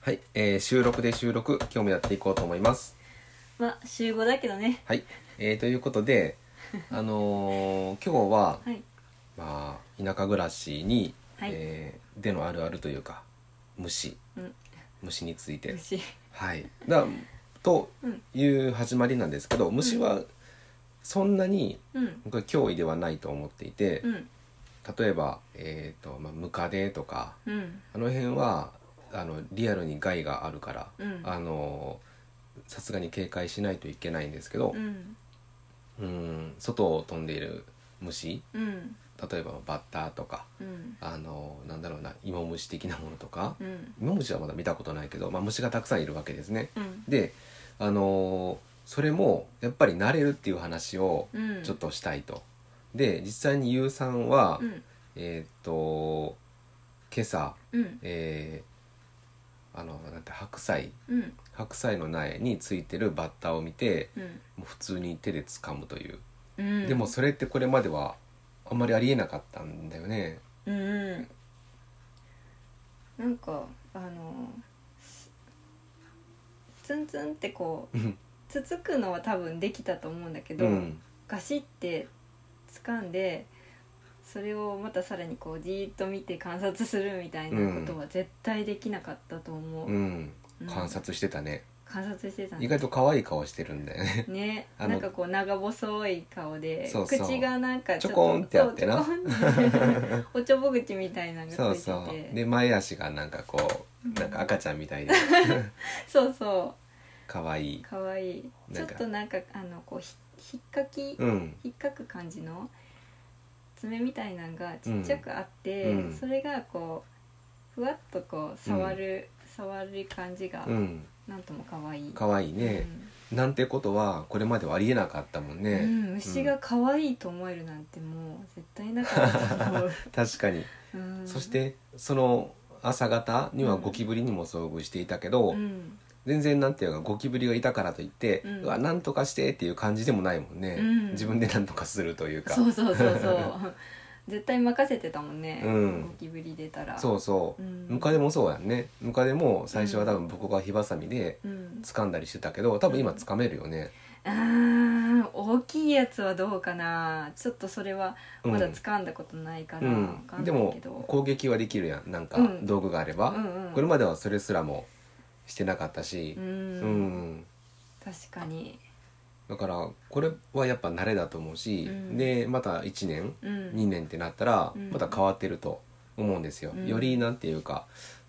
はい、えー収録で収録、今日もやっていこうと思います。まあ週5だけどねはい、えーということ で、あのー今日は、はいまあ、田舎暮らしに、はいえーでのあるあるというか、虫、うん虫について。虫はい、だとうんいう始まりなんですけど、虫はそんなにうん僕は脅威ではないと思っていて、うん例えば、えーとまあ、ムカデとか、うんあの辺はあのリアルに害があるから、うんあのさすがに警戒しないといけないんですけどう、んうん、外を飛んでいる虫うん例えばバッターとかうんあのなんだろうなイモムシ的なものとか、うんイモムシはまだ見たことないけど、まあ、虫がたくさんいるわけですね。うんであのそれもやっぱり慣れるっていう話をうんちょっとしたいと。で実際にゆうさんは、うんえーっと今朝うんえーあのなんて白菜うん白菜の苗についてるバッタを見てうんもう普通に手で掴むという、うんでもそれってこれまではあんまりありえなかったんだよねうんうんなんかあのすツンツンってこううんつつくのは多分できたと思うんだけうど、んガシって掴んでそれをまたさらにこうじーっと見て観察するみたいなことは絶対できなかったと思う、うんうん観察してたね、観察してた意ね外と可愛い顔してるんだよねねあのなんかこう長細い顔でそうそう口がなんかちょこんってやってなそうちょこんって おちょぼ口みたいなのそがうついててそうで前足がなんかこうんうなんか赤ちゃんみたいでそうそ可愛いうかわいいちなょんっかとなんかあのこうひひっかき、うん引っかく感じの爪みたいなのがちっちゃくあって、うんうんそれがこうふわっとこう触る、触る感じがうんなんとも可愛い可愛いね、なんてことはこれまではありえなかったもんうんね、うん、虫が可愛いと思えるなんてもう絶対なかったと思 う、確かにうん、そしてその朝方にはゴキブリにも遭遇していたけど、うん、全然なんていうかゴキブリがいたからといって、ううんわなんとかしてっていう感じでもないもんね、うん自分でなんとかするというかそうそうそうそう 絶対任せてたもんね、うんゴキブリ出たらそうそううんムカデもそうやんねムカデも最初は多分僕が火ばさみでうん、掴んだりしてたけど多分今掴めるよね、あー大きいやつはどうかなちょっとそれはうんまだ掴んだことないから、うわんかんでないもけど攻撃はできるやんなんかうん道具があれば、うんうんこれまではそれすらもしてなかったしう、うんん、確かに、だからこれはやっぱ慣れだと思うし、うんでまた1年うん、 2年ってなったらうんまた変わってると思うんですよ、うんよりなんていうか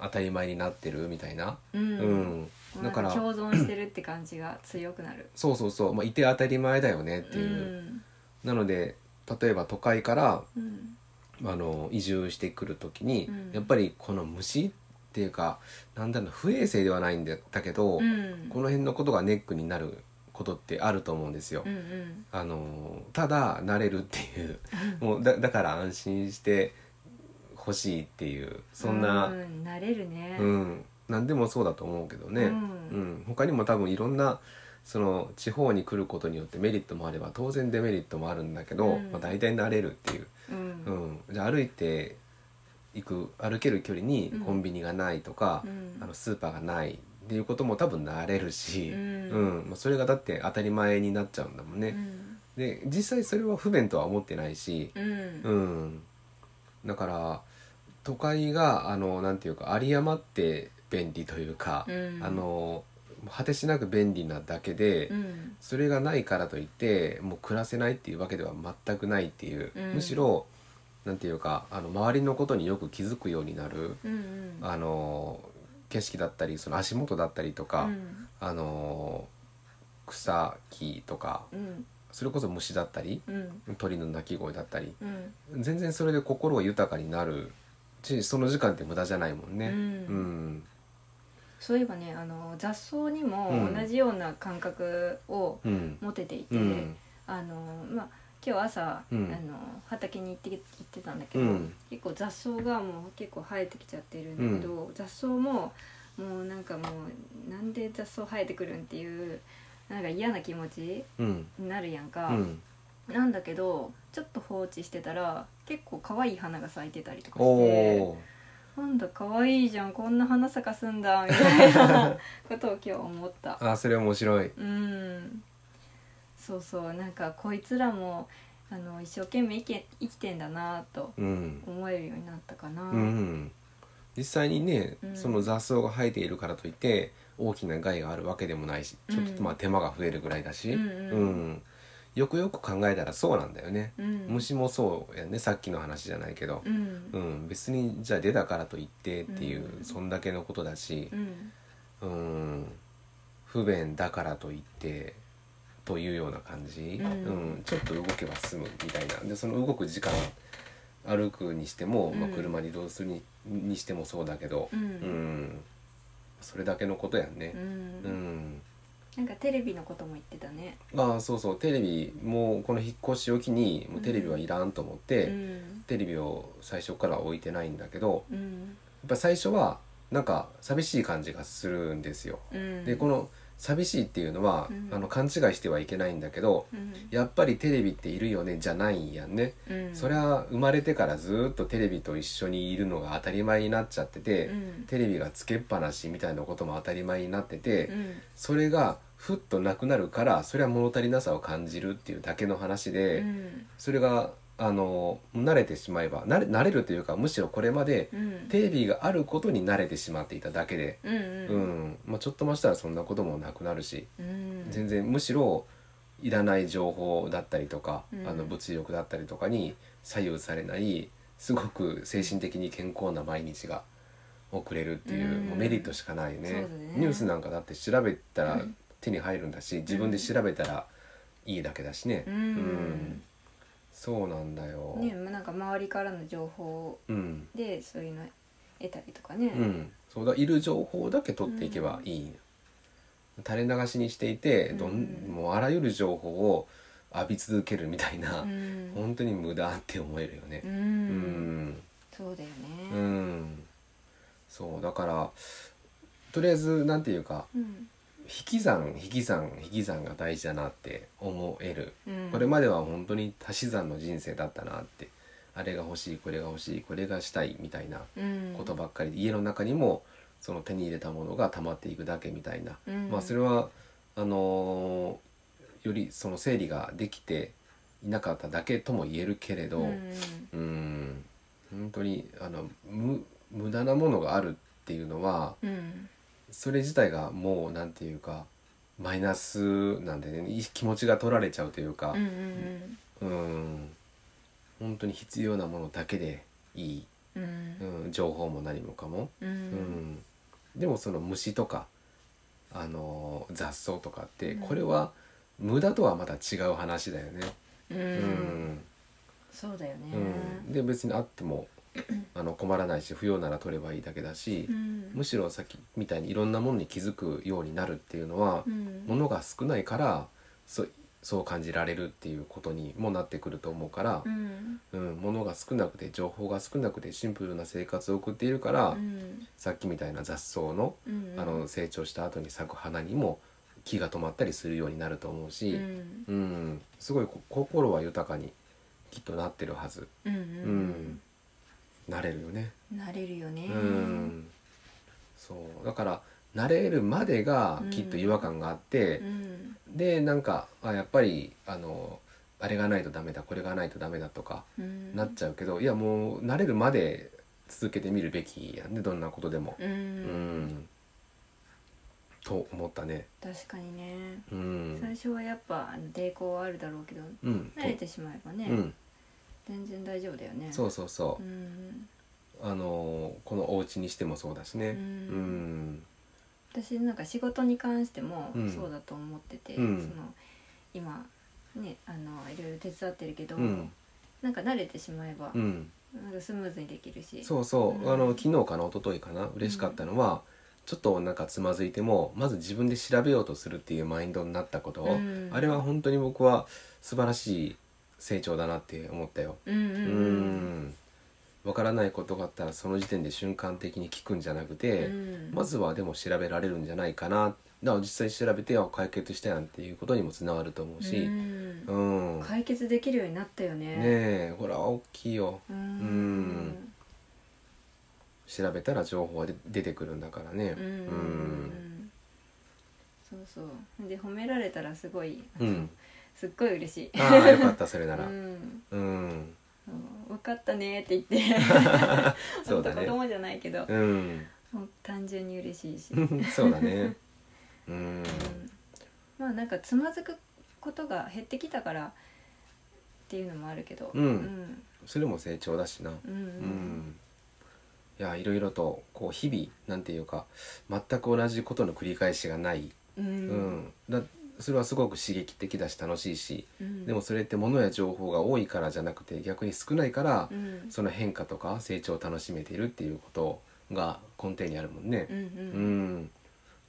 当たり前になってるみたいな、ううんんだだかからら共存してるって感じが強くなるそうそうそう、まあ、いて当たり前だよねっていう、なので例えば都会からうんうんあの移住してくる時に、うんやっぱりこの虫っていうかなんだろうな不衛生ではないんだだけど、うんこの辺のことがネックになることってあると思うんですよ。うんうんあのただ慣れるっていうもうだだから安心してほしいっていうそんな、う慣れるねうん、何でもそうだと思うけどね、ううんん他にも多分いろんなその地方に来ることによってメリットもあれば当然デメリットもあるんだけど、うんまあ、大体慣れるっていう、うんうん、じゃあ歩いて行く歩ける距離にうんコンビニがないとかう、んあのスーパーがないっていうことも多分慣れるし、うんうんまあ、それがだって当たり前になっちゃうんだもんね。うんで実際それは不便とは思ってないし、うんうん、だから都会があのなんていうか有り余って便利というか、うんあの果てしなく便利なだけで、うんそれがないからといってもう暮らせないっていうわけでは全くないっていう、うんむしろなんていうかあの周りのことによく気づくようになる、うんうんあの景色だったりその足元だったりとか、うんあの草木とかうんそれこそ虫だったりうん鳥の鳴き声だったりうん全然それで心が豊かになるしその時間って無駄じゃないもんうね。んうんそういえばねあの雑草にもうん同じような感覚をうん持てていて、うんあのまあ今日朝、うんあの畑に行って行ってたんだけど、うん結構雑草がもう結構生えてきちゃってるんだけど、雑草ももうなんかもうなんで雑草生えてくるんっていうなんか嫌な気持ちうんになるやうんか、んなんだけどちょっと放置してたら結構可愛い花が咲いてたりとかしておーなんだ可愛いじゃんこんな花咲かすんだみたいなことを今日思ったあそれ面白いうんそうそうなんかこいつらもあの一生懸命生き生きてんだなとうん、思えるようになったかな、うん、実際にね、うんその雑草が生えているからといって大きな害があるわけでもないしちょっうとんまあ手間が増えるぐらいだし、うんうんんよくよく考えたらそうなんだよね、うん虫もそうやねさっきの話じゃないけど、うんうん別にじゃあ出たからといってっていう、うんそんだけのことだしう、うんん、不便だからといってというような感じ、うんうんちょっと動けば済むみたいなでその動く時間歩くにしても、まあ、うん車で移動するににしてもそうだけど、うんうんそれだけのことやんうね。うんんなんかテレビのことも言ってたねああそうそうテレビもうこの引っ越しを機にもうテレビはいらんと思って、うんテレビを最初から置いてないんだけどうんやっぱ最初はなんか寂しい感じがするんですよ。うんでこの寂しいっていうのは、うんあの勘違いしてはいけないんだけどうんやっぱりテレビっているよねじゃないんやんね、うんそれは生まれてからずっとテレビと一緒にいるのが当たり前になっちゃってて、うんテレビがつけっぱなしみたいなことも当たり前になってて、うんそれがふっとなくなるからそれは物足りなさを感じるっていうだけの話で、うんそれがあの慣れてしまえば慣れ慣れるというかむしろこれまでうんテレビがあることに慣れてしまっていただけで。うんううんんまあ、ちょっとましたらそんなこともなくなるしうん全然むしろいらない情報だったりとか、うんあの物欲だったりとかに左右されないすごく精神的に健康な毎日が送れるっていう,、うんもうメリットしかないそうねだねニュースなんかだって調べたうらん手に入るんだし、自分で調べたらいいだけだしね、うんそうなんだよ、ねなんか周りからの情報うん、でそういうの得たりとかねうん、そうだいる情報だけ取っていけばいい、垂れ流しにしていてどん、うんもうあらゆる情報を浴び続けるみたいな、うん本当に無駄って思えるよねううんん、そうだようんねそうだからとりあえずなんていうかうん引き算引き算引き算が大事だなって思える、うんこれまでは本当に足し算の人生だったなってあれが欲しいこれが欲しいこれがしたいみたいなうんことばっかりで家の中にもその手に入れたものが溜まっていくだけみたいな、うんまあそれはあのーよりその整理ができていなかっただけとも言えるけれど、うんうん本当にあの無無駄なものがあるっていうのはうんそれ自体がもうなんていうかマイナスなんでねいい気持ちが取られちゃうというかうんう、んうん本当に必要なものだけでいい、うんうんうん、情報も何もかも。ううんん、でもその虫とか、あのー雑草とかってうんこれは無駄とはまた違う話だよね。ううんんそうだよねうん、で別にあってもあの困らないし不要なら取ればいいだけだし、うんむしろさっきみたいにいろんなものに気づくようになるっていうのは、うんものが少ないからそそう感じられるっていうことにもなってくると思うからう、んうん、ものが少なくて情報が少なくてシンプルな生活を送っているから、うんさっきみたいな雑草のうんあの成長した後に咲く花にも木が止まったりするようになると思ううし、んうんすごいこ心は豊かにきっとなってるはず、うんうんうんなれるよね、なれるよねうんそうだから慣れるまでがきっと違和感があってう、んでなんかあやっぱりあのあれがないとダメだこれがないとダメだとかうんなっちゃうけど、いやもう慣れるまで続けてみるべきやんねどんなことでも。ううんんと思ったね。確かにねうん最初はやっぱあの抵抗はあるだろうけどうん、慣れてしまえばね、うん、全然大丈夫だよねそうそうそうう、ん、あのーこのお家にしてもそうだしねううんん私なんか仕事に関してもうんそうだと思ってて、うんその今ねあのいろいろ手伝ってるけど、うん、なんか慣れてしまえばう、ん、なんかスムーズにできるしそうそう、うんあの昨日かな一昨日かな嬉しかったのは、ちょっとなんかつまずいてもまず自分で調べようとするっていうマインドになったこと、うんあれは本当に僕は素晴らしい成長だなって思ったよ。うんうんううんんわからないことがあったらその時点で瞬間的に聞くんじゃなくて、うんまずはでも調べられるんじゃないかなだから実際調べてあ解決したやんっていうことにもつながると思ううし、んうんね解決できるようになったよねえほら大きいよ、うんん調べたら情報はで出てくるんだからねうんうんうんうんそうそうで褒められたらすごい、うん すっごい嬉しいああよかったそれ ならうんうんそう分かったねって言って そうだ本当子ね供じゃないけど、うん もう単純に嬉しいし、そうだねうんまあなんかつまずくことが減ってきたからっていうのもあるけど、うんそれも成長だしなうんうんうんうんいやいろいろとこう日々なんていうか全く同じことの繰り返しがない、ううんんだそれはすごく刺激的だし楽しいしうんでもそれって物や情報が多いからじゃなくて逆に少ないからう、んその変化とか成長を楽しめているっていうことが根底にあるもんね。うんううんん、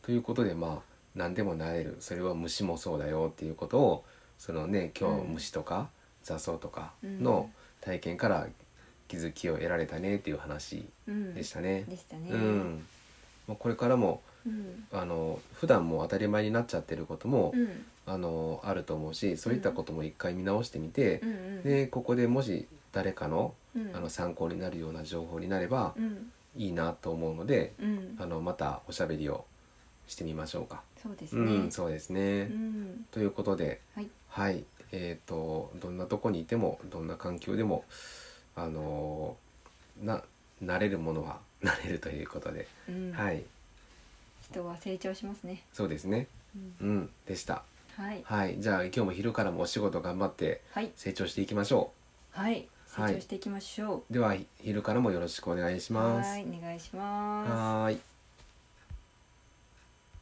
ということでまあ何でもなれるそれは虫もそうだよっていうことをそのね今う日ん虫とか雑草とかうんの体験から気づきを得られたねっていう話うんでしたね。でしたねうんまあこれからもうんあの普段もう当たり前になっちゃってることも、うんあのあると思うしそういったことも一回見直してみてう、んでここでもし誰かのうんあの参考になるような情報になればうんいいなと思うので、うんあのまたおしゃべりをしてみましょうか。そうですうねん、そうですね、うんということで、はいえっ、とどんなとこにいてもどんな環境でもあのな慣れるものは 慣れるということで、うんはい人は成長しますねそうですねうんうんでしたはいはいじゃあ今日も昼からもお仕事頑張ってはい成長していきましょはいはい成長していきましょうでは昼からもよろしくお願いしうますはいお願いしますはーい